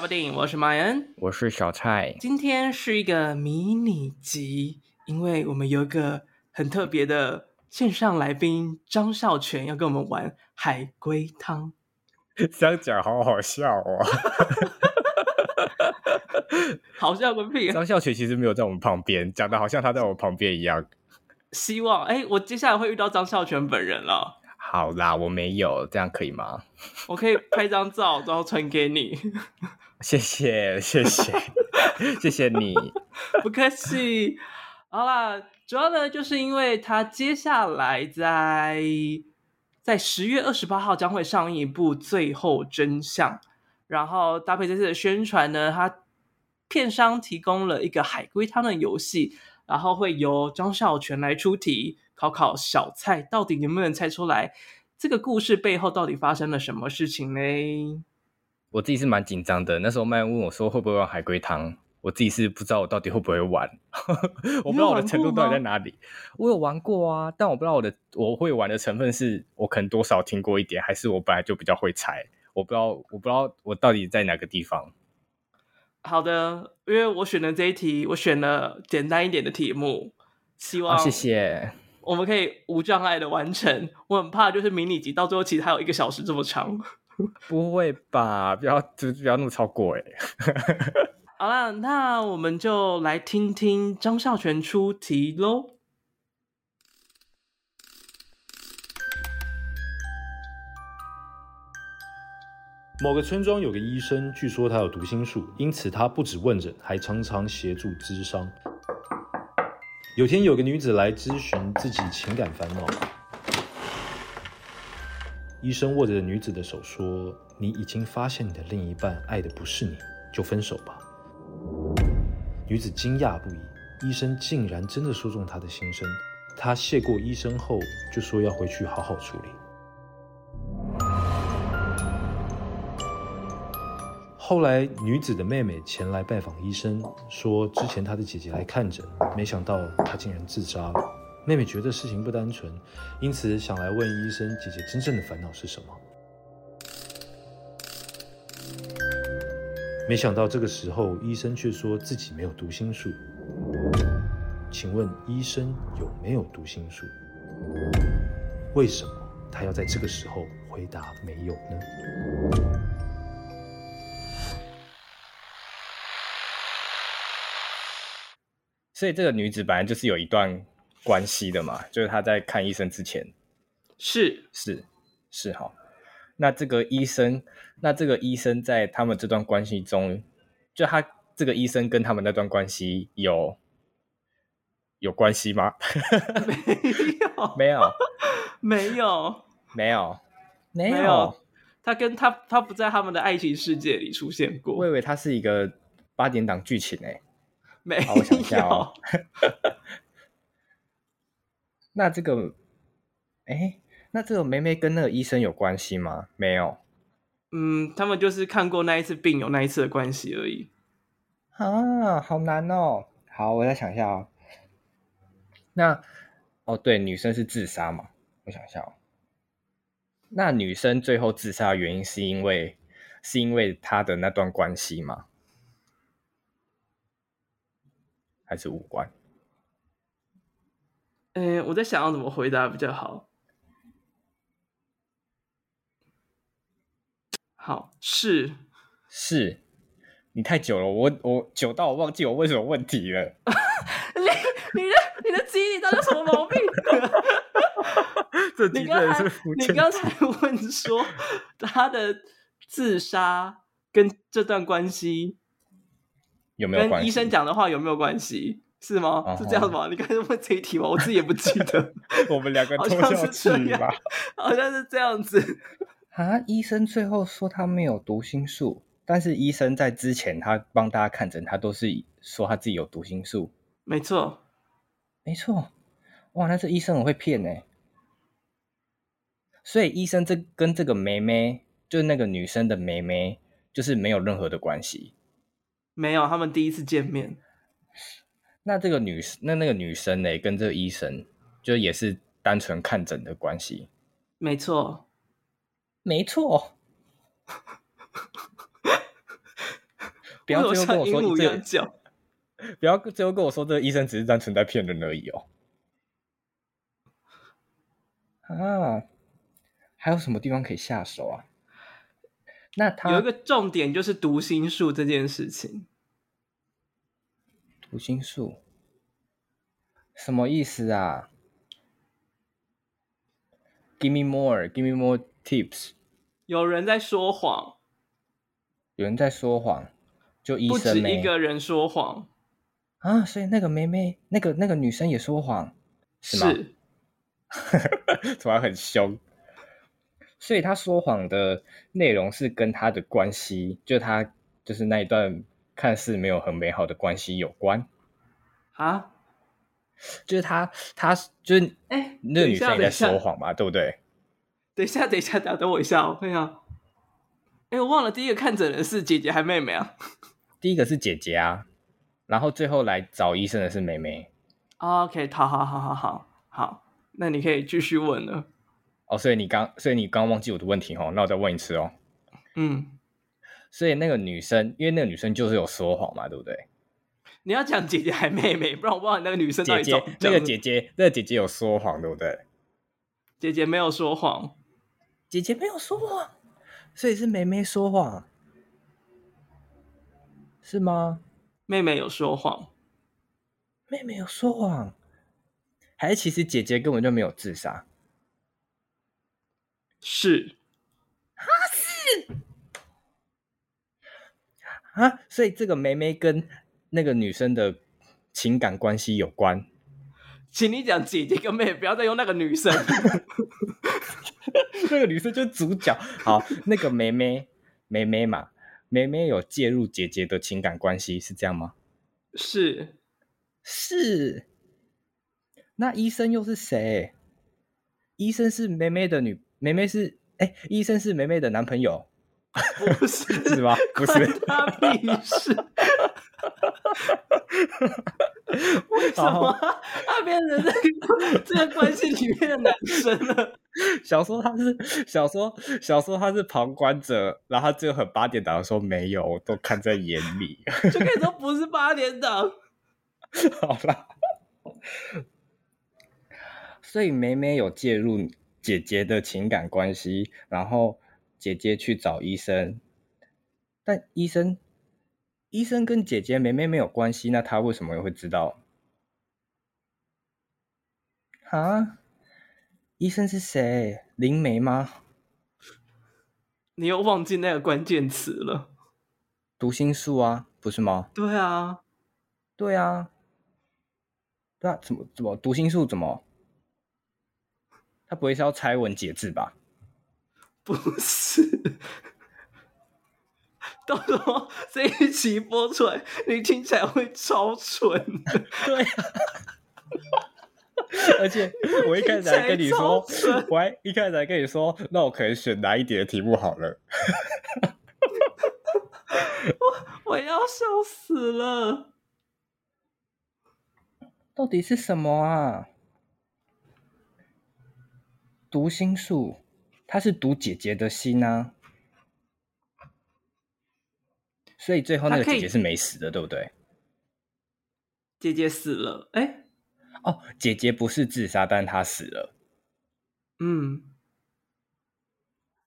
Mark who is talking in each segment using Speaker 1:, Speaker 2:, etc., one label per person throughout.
Speaker 1: 不定，我是麦恩。
Speaker 2: 我是小 蔡，
Speaker 1: 今天是一个迷你集，因为我们有一个很特别的线上来宾张孝全要跟我们玩海龟汤。
Speaker 2: 这样讲好好笑哦。
Speaker 1: 好笑个屁！啊
Speaker 2: 张孝全其实没有在我们旁边，讲的好像他在我旁边一样。
Speaker 1: 希望哎、我接下来会遇到张孝全本人了，
Speaker 2: 好啦，我没有，这样可以吗？
Speaker 1: 我可以拍张照，然后传给你。
Speaker 2: 谢谢，谢谢， 谢谢你。
Speaker 1: 不客气。好啦，主要呢，就是因为他接下来在在十月二十八号将会上映一部《最后真相》，然后搭配这次的宣传呢，他片商提供了一个海龟汤的游戏，然后会由张孝全来出题，考考小蔡到底能不能猜出来这个故事背后到底发生了什么事情嘞？
Speaker 2: 我自己是蛮紧张的，那时候麦恩问我说会不会玩海龟汤，我自己是不知道我到底会不会玩， 我不知道我的程度到底在哪里。我有玩过啊，但我不知道我的我会玩的成分是我可能多少听过一点，还是我本来就比较会猜。我不知道，我不知道我到底在哪个地方。
Speaker 1: 好的，因为我选的这一题，我选了简单一点的题目，希
Speaker 2: 啊，
Speaker 1: 望
Speaker 2: 谢谢。
Speaker 1: 我们可以无障碍的完成。我很怕就是迷你集到最后其实还有一个小时这么长。
Speaker 2: 不会吧？不要，就不要那么超过哎、
Speaker 1: 好啦，那我们就来听听张孝全出题喽。
Speaker 3: 某个村庄有个医生，据说他有读心术，因此他不止问诊，还常常协助咨商。有天有个女子来咨询自己情感烦恼，医生握着女子的手说：“你已经发现你的另一半爱的不是你，就分手吧。”女子惊讶不已，医生竟然真的说中她的心声。她谢过医生后，就说要回去好好处理。后来，女子的妹妹前来拜访医生，说之前她的姐姐来看诊，没想到她竟然自杀了。妹妹觉得事情不单纯，因此想来问医生姐姐真正的烦恼是什么。没想到这个时候，医生却说自己没有读心术。请问医生有没有读心术？为什么他要在这个时候回答没有呢？
Speaker 2: 所以这个女子本来就是有一段关系的嘛，就是她在看医生之前
Speaker 1: 是
Speaker 2: 是是好。那这个医生，那这个医生在他们这段关系中，就他这个医生跟他们那段关系有有关系吗？
Speaker 1: 没有，
Speaker 2: 没有，
Speaker 1: 没有，
Speaker 2: 没有，没
Speaker 1: 没有。他跟他他不在他们的爱情世界里出现
Speaker 2: 我
Speaker 1: 过
Speaker 2: 以，为它是一个八点档剧情诶、欸
Speaker 1: 没
Speaker 2: 好我想一
Speaker 1: 有。
Speaker 2: 下哦那这个，哎，那这个梅梅跟那个医生有关系吗？没有
Speaker 1: 嗯，他们就是看过那一次病友那一次的关系而已。
Speaker 2: 啊，好难哦。好，我再想一下哦。那哦，对，女生是自杀嘛？我想一下哦。那女生最后自杀的原因是因为是因为她的那段关系吗？还是无关？
Speaker 1: 嗯，我在想要怎么回答比较好。好，是
Speaker 2: 是你太久了，我我久到我忘记我问什么问题了。
Speaker 1: 你你的你的记忆到底有什么毛 病？
Speaker 2: 这
Speaker 1: 你
Speaker 2: 集真
Speaker 1: 刚
Speaker 2: 的
Speaker 1: 才
Speaker 2: 是福
Speaker 1: 你
Speaker 2: 建
Speaker 1: 刚才问说他的自杀跟这段关系
Speaker 2: 有没有关
Speaker 1: 跟
Speaker 2: 系？
Speaker 1: 医生，讲的话有没有关系？是吗？
Speaker 2: 哦
Speaker 1: 是这样吗？你刚才问这一题吗？我自己也不记得，
Speaker 2: 我们两个
Speaker 1: 好
Speaker 2: 都
Speaker 1: 像
Speaker 2: 要
Speaker 1: 是这
Speaker 2: 去
Speaker 1: 样
Speaker 2: 吧？
Speaker 1: 好像是这样子。
Speaker 2: 啊，医生最后说他没有读心术，但是医生在之前他帮大家看诊，他都是说他自己有读心术。
Speaker 1: 没错，
Speaker 2: 没错，哇，那这医生很会骗呢、所以医生这跟这个妹妹，就是那个女生的妹妹，就是没有任何的关系。
Speaker 1: 没有，他们第一次见面，
Speaker 2: 那这个女那那个女生呢，跟这个医生就也是单纯看诊的关系。
Speaker 1: 没错。
Speaker 2: 没错， 不要最后跟
Speaker 1: 像
Speaker 2: 我
Speaker 1: 鹦
Speaker 2: 说
Speaker 1: 鹉一样
Speaker 2: 这，
Speaker 1: 叫。
Speaker 2: 不要最后跟我说这个医生只是单纯在骗人而已哦。啊，还有什么地方可以下手啊？那他
Speaker 1: 有一个重点就是读心术这件事情，
Speaker 2: 读心术什么意思啊？Give me more, give me more tips。
Speaker 1: 有人在说谎，
Speaker 2: 有人在说谎，就医
Speaker 1: 不止
Speaker 2: 生
Speaker 1: 一
Speaker 2: 没
Speaker 1: 个人说谎，
Speaker 2: 啊，所以那个妹妹，那个那个女生也说谎，是吗
Speaker 1: 是
Speaker 2: 突然很凶。所以她说谎的内容是跟她的关系，就她就是那一段看似没有很美好的关系有关，
Speaker 1: 啊？
Speaker 2: 就是她她就是
Speaker 1: 哎，
Speaker 2: 那个
Speaker 1: 等一
Speaker 2: 女
Speaker 1: 下
Speaker 2: 生
Speaker 1: 等
Speaker 2: 也在
Speaker 1: 一下
Speaker 2: 说谎嘛，对不对？
Speaker 1: 等一下，等一下，打等我一下哦。对啊，哎，我忘了第一个看诊的是姐姐还妹妹啊？
Speaker 2: 第一个是姐姐啊，然后最后来找医生的是妹妹。
Speaker 1: 啊 OK，好好好好好好，那你可以继续问了。
Speaker 2: 哦，所以你刚，所以你刚忘记我的问题哦，那我再问一次哦。
Speaker 1: 嗯，
Speaker 2: 所以那个女生，因为那个女生就是有说谎嘛，对不对？
Speaker 1: 你要讲姐姐还妹妹，不然我忘了那个女生到
Speaker 2: 姐
Speaker 1: 底怎么
Speaker 2: 姐，那个姐姐，那个姐姐有说谎，对不对？
Speaker 1: 姐姐没有说谎，
Speaker 2: 姐姐没有说谎，所以是妹妹说谎，是吗？
Speaker 1: 妹妹有说谎。
Speaker 2: 妹妹有说谎，还是其实姐姐根本就没有自杀？
Speaker 1: 是
Speaker 2: 啊，所以这个妹妹跟那个女生的情感关系有关。
Speaker 1: 请你讲姐姐跟妹妹，不要再用那个女 生。
Speaker 2: 那个女生就是主角。好，那个妹妹，妹妹嘛，妹妹有介入姐姐的情感关系，是这样吗？
Speaker 1: 是
Speaker 2: 是。那医生又是谁？医生是妹妹的女，妹妹是哎、医生是妹妹的男朋友，
Speaker 1: 不是？
Speaker 2: 是吗？不
Speaker 1: 关
Speaker 2: 是。
Speaker 1: 他屁事！为什么他他变成这个这个关系里面的男生 了？
Speaker 2: 小说他是小说，小说他是旁观者，然后他最后很八点档地说没有，我都看在眼里。
Speaker 1: 就可以说不是八点档，
Speaker 2: 好啦，所以梅梅有介入姐姐的情感关系，然后姐姐去找医生，但医生医生跟姐姐梅梅没有关系，那他为什么会知道？啊？医生是谁？灵媒吗？
Speaker 1: 你又忘记那个关键词了。
Speaker 2: 读心术啊，不是吗？
Speaker 1: 对啊，
Speaker 2: 对啊，对啊，怎么怎么读心术怎么？他不会是要拆文解字吧？
Speaker 1: 不是。到时候这一集播出来，你听起来会超蠢的。
Speaker 2: 对啊。而且我一开始还跟你说
Speaker 1: 听起来超，
Speaker 2: 我还一开始还跟你说，那我可能选难一点的题目好了。
Speaker 1: 我要笑死了。
Speaker 2: 到底是什么啊？读心术，他是读姐姐的心啊，所以最后那个
Speaker 1: 它可以
Speaker 2: 姐姐是没死的，对不对？
Speaker 1: 姐姐死了，哎、
Speaker 2: 哦，姐姐不是自杀，但是她死了。
Speaker 1: 嗯，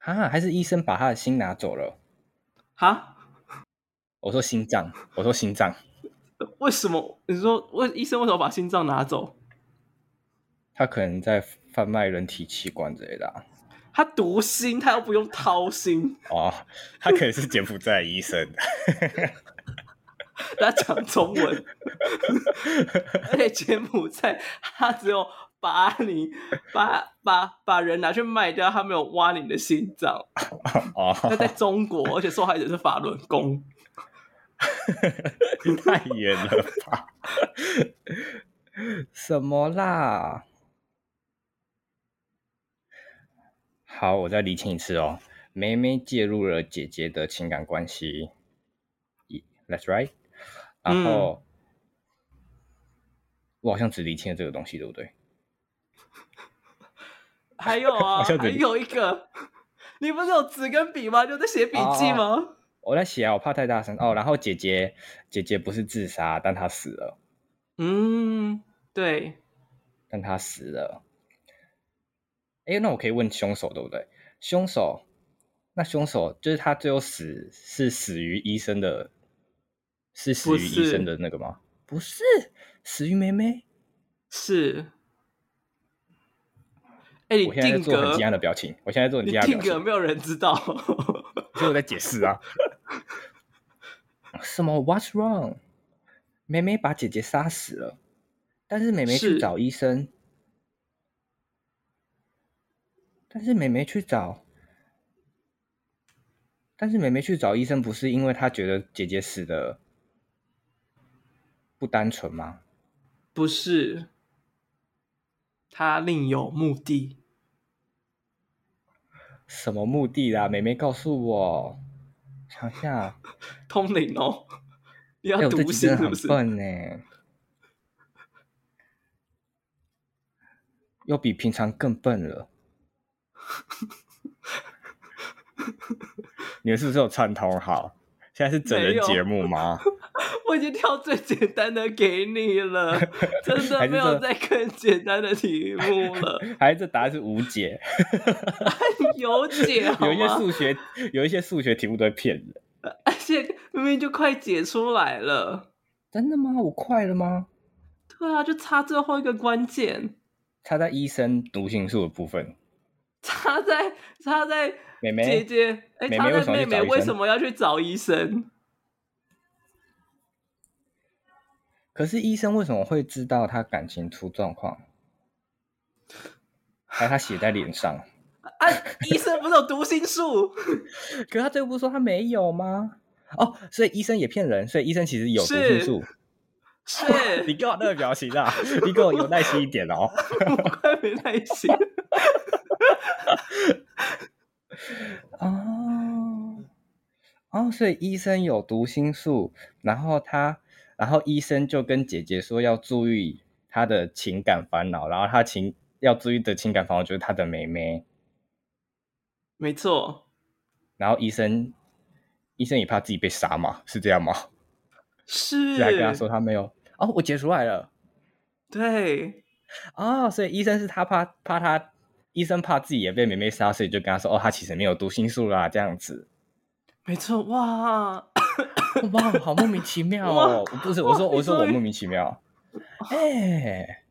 Speaker 2: 啊，还是医生把他的心拿走了？
Speaker 1: 哈，
Speaker 2: 我说心脏，我说心脏，
Speaker 1: 为什么？你说为医生为什么把心脏拿走？
Speaker 2: 他可能在贩卖人体器官之类的、啊。
Speaker 1: 他读心，他又不用掏心，
Speaker 2: 哦，他可能是柬埔寨的医生。
Speaker 1: 他讲中文， 而且柬埔寨他只有把你把把把人拿去卖掉，他没有挖你的心脏。
Speaker 2: 哦，
Speaker 1: 那在中 国，而且受害者是法轮功，
Speaker 2: 太远了吧？什么啦？好，我再理清一次哦。梅梅介入了姐姐的情感关系一，That's right。然后、我好像只理清了这个东西，对不对？
Speaker 1: 还有啊，
Speaker 2: 好像
Speaker 1: 还啊
Speaker 2: 得
Speaker 1: 有一个，你不是有纸跟笔吗？就在写笔记吗？
Speaker 2: 我在写啊，我怕太大声哦。然后姐姐姐姐不是自杀，但她死了，
Speaker 1: 嗯，对，
Speaker 2: 但她死了。哎，那我可以问凶手对不对？凶手，那凶手就是他最后死是死于医生的，是死
Speaker 1: 不
Speaker 2: 于医
Speaker 1: 是
Speaker 2: 生的那个吗？不是，死于妹妹。
Speaker 1: 是。哎，你
Speaker 2: 我现在在
Speaker 1: 定
Speaker 2: 做很
Speaker 1: 格
Speaker 2: 惊，讶的表情，我现在做很
Speaker 1: 你
Speaker 2: 惊讶的
Speaker 1: 定
Speaker 2: 表情
Speaker 1: 格，，没有人知道。
Speaker 2: 所以我在解释啊。什么？What's wrong？妹妹把姐姐杀死了，但是妹妹去
Speaker 1: 是
Speaker 2: 找医生，但是妹妹去找，但是妹妹去找医生，不是因为她觉得姐姐死的不单纯吗？
Speaker 1: 不是，他另有目的。
Speaker 2: 什么目的啦？妹妹告诉我，想一下，
Speaker 1: 通灵哦，你
Speaker 2: 哎，
Speaker 1: 要
Speaker 2: 我这
Speaker 1: 读
Speaker 2: 几
Speaker 1: 心
Speaker 2: 个
Speaker 1: 是
Speaker 2: 很
Speaker 1: 不是？
Speaker 2: 笨呢、又比平常更笨了。你们是不是有串通好？现在是整
Speaker 1: 没
Speaker 2: 人
Speaker 1: 有
Speaker 2: 节目吗？
Speaker 1: 我已经挑最简单的给你 了，真的
Speaker 2: 还是
Speaker 1: 没有
Speaker 2: 这
Speaker 1: 再更简单的题目了。
Speaker 2: 还是这答案是无解？
Speaker 1: 有啊解好
Speaker 2: 有一些
Speaker 1: 吗？
Speaker 2: 数学，有一些数学题目都会骗人。
Speaker 1: 而且明明就快解出来了。
Speaker 2: 真的吗？我快了吗？
Speaker 1: 对啊，就差最后一个关键，
Speaker 2: 他在医生读心术的部分，
Speaker 1: 差在差在
Speaker 2: 妹妹
Speaker 1: 姐姐，哎，
Speaker 2: 妹妹
Speaker 1: 差
Speaker 2: 为
Speaker 1: 在
Speaker 2: 什么
Speaker 1: 妹
Speaker 2: 去
Speaker 1: 妹
Speaker 2: 找医
Speaker 1: 为
Speaker 2: 生
Speaker 1: 什么要去找医生？
Speaker 2: 可是医生为什么会知道他感情出状况？还有他写在脸上。
Speaker 1: 啊，医生不是有读心术？
Speaker 2: 可是他最后不是说他没有吗？哦，所以医生也骗人，所以医生其实有读
Speaker 1: 是
Speaker 2: 心术。
Speaker 1: 是，
Speaker 2: 你给我那个表情 啊，你给我有耐心一点哦。
Speaker 1: 我快没耐心。
Speaker 2: 哦，哦，所以医生有读心术，然后他，然后医生就跟姐姐说要注意她的情感烦恼，然后她情要注意的情感烦恼就是她的妹妹，
Speaker 1: 没错，
Speaker 2: 然后医生，医生也怕自己被杀嘛，是这样吗？
Speaker 1: 是
Speaker 2: 就还跟他说他没有。哦，我解出来了。
Speaker 1: 对，
Speaker 2: 哦，所以医生是他怕怕他，医生怕自己也被妹妹杀，所以就跟他说，哦，他其实没有读心术啦，这样子。
Speaker 1: 没错， 哇，
Speaker 2: 哇，好莫名其妙
Speaker 1: 哇
Speaker 2: 哦！不是，我说
Speaker 1: 哇
Speaker 2: 我说
Speaker 1: 你
Speaker 2: 我
Speaker 1: 终于
Speaker 2: 莫名其妙，哎、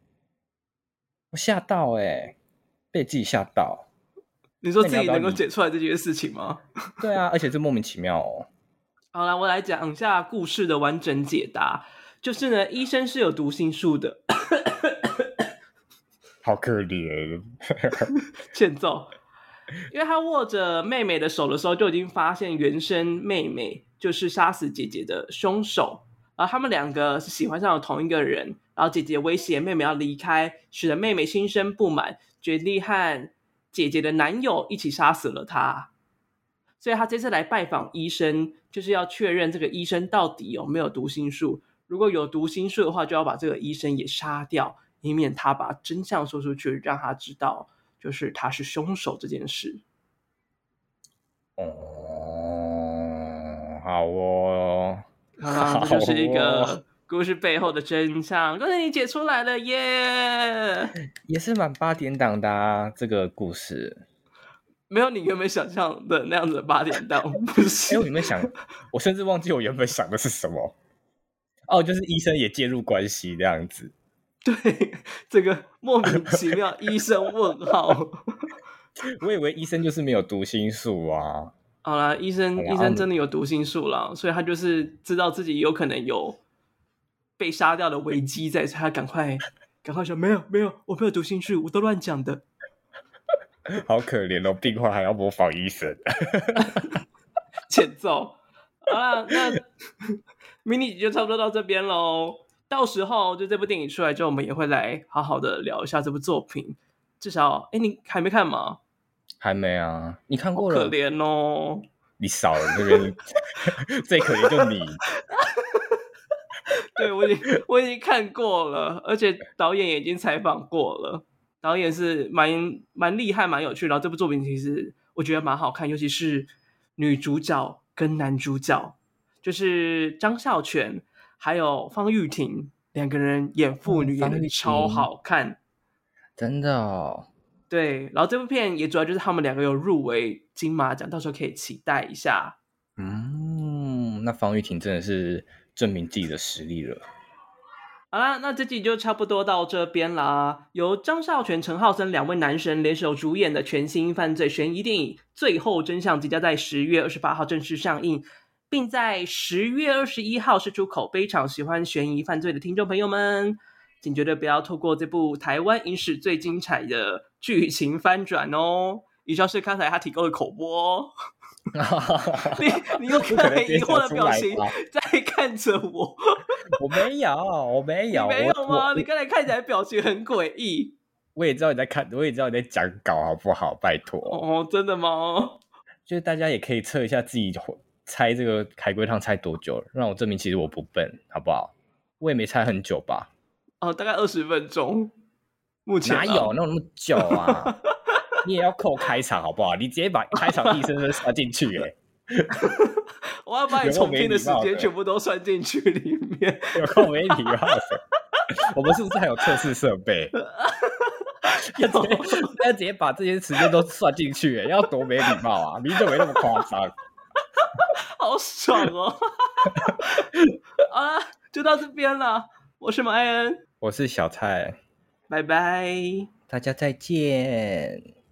Speaker 2: 我吓到哎、被自己吓到。
Speaker 1: 你说
Speaker 2: 那你
Speaker 1: 自
Speaker 2: 要
Speaker 1: 己
Speaker 2: 不要
Speaker 1: 能够
Speaker 2: 理
Speaker 1: 解出来这件事情吗？
Speaker 2: 对啊，而且是莫名其妙哦。
Speaker 1: 好了，我来讲一下故事的完整解答。就是呢，医生是有读心术的，
Speaker 2: 好可怜，
Speaker 1: 欠揍。因为他握着妹妹的手的时候，就已经发现原生妹妹就是杀死姐姐的凶手。然后他们两个是喜欢上了同一个人，然后姐姐威胁妹妹要离开，使得妹妹心生不满，决定和姐姐的男友一起杀死了她。所以她这次来拜访医生，就是要确认这个医生到底有没有读心术。如果有读心术的话，就要把这个医生也杀掉，以免他把真相说出去，让他知道就是他是凶手这件事。
Speaker 2: 哦，好哦，
Speaker 1: 啊，
Speaker 2: 好
Speaker 1: 这就是一
Speaker 2: 哦
Speaker 1: 个故事背后的真相。恭喜你解出来了耶
Speaker 2: 也是蛮八点档的啊，这个故事。
Speaker 1: 没有你原本想象的那样子的八点档， 不
Speaker 2: 哎、
Speaker 1: 是
Speaker 2: 我？原本想，我甚至忘记我原本想的是什么。哦，就是医生也介入关系这样子。
Speaker 1: 对，这个莫 名其妙医生问号。
Speaker 2: 我以为医生就是没有读心术啊。
Speaker 1: 好啦，医生，
Speaker 2: 好啦嗯
Speaker 1: 医生真的有读心术啦，所以他就是知道自己有可能有被杀掉的危机在，所以他赶快赶快说没有没有，我没有读心术，我都乱讲的。
Speaker 2: 好可怜哦，病患还要模仿医生。
Speaker 1: 欠揍。好啦， 那迷你集就差不多到这边喽。到时候就这部电影出来之后，我们也会来好好的聊一下这部作品。至少，哎，你还没看吗？
Speaker 2: 还没啊，你看
Speaker 1: 好
Speaker 2: 过
Speaker 1: 可
Speaker 2: 了？
Speaker 1: 怜哦。
Speaker 2: 你少了这边最可怜就你。
Speaker 1: 对我已经我已经看过了，而且导演也已经采访过了。导演是蛮蛮厉害、蛮有趣的。然后这部作品其实我觉得蛮好看，尤其是女主角跟男主角，就是张孝全还有方玉婷两个人演父女，
Speaker 2: 嗯
Speaker 1: 演
Speaker 2: 方
Speaker 1: 的
Speaker 2: 玉
Speaker 1: 超
Speaker 2: 婷
Speaker 1: 好看。
Speaker 2: 真的哦，
Speaker 1: 对，然后这部片也主要就是他们两个有入围金马奖，到时候可以期待一下。
Speaker 2: 嗯，那方玉婷真的是证明自己的实力了。
Speaker 1: 好啦，那这集就差不多到这边啦。由张孝全、陈浩森两位男神联手主演的全新犯罪悬疑电影《最后真相》即将在十月二十八号正式上映，并在十月二十一号试出口碑场，喜欢悬疑犯罪的听众朋友们，请绝对不要错过这部台湾影史最精彩的剧情翻转哦！以上是刚才他提供的口播哦、 你你又
Speaker 2: 不
Speaker 1: 看
Speaker 2: 可
Speaker 1: 了
Speaker 2: 能
Speaker 1: 疑
Speaker 2: 编
Speaker 1: 惑
Speaker 2: 想
Speaker 1: 的
Speaker 2: 出
Speaker 1: 表
Speaker 2: 来
Speaker 1: 情
Speaker 2: 吧？
Speaker 1: 在看着我。
Speaker 2: 我没有，我没有，
Speaker 1: 你没
Speaker 2: 哎我
Speaker 1: 有吗？
Speaker 2: 我
Speaker 1: 你刚才看起来表情很诡异。
Speaker 2: 我也知道你在看，我也知道你在讲稿，好不好？拜托，
Speaker 1: 哦，真的吗？
Speaker 2: 就是大家也可以测一下自己猜这个海龟汤猜多久了，让我证明其实我不笨，好不好？我也没猜很久吧？
Speaker 1: 哦，大概二十分钟。目前啊
Speaker 2: 哪有？哪有那么久啊？你也要扣开场好不好？你直接把开场硬生生算进去、欸，
Speaker 1: 我要把你
Speaker 2: 有够
Speaker 1: 重听
Speaker 2: 没
Speaker 1: 的
Speaker 2: 礼
Speaker 1: 时
Speaker 2: 貌
Speaker 1: 间
Speaker 2: 的
Speaker 1: 全部都算进去里面。
Speaker 2: 有够没礼貌的。我们是不是还有测试设备？要直接要直接把这些时间都算进去、欸，要多没礼貌啊！明明就没那么夸张。
Speaker 1: 好爽哦！ 好了，就到这边了。我是马艾恩，
Speaker 2: 我是小蔡，
Speaker 1: 拜拜。
Speaker 2: 大家再见。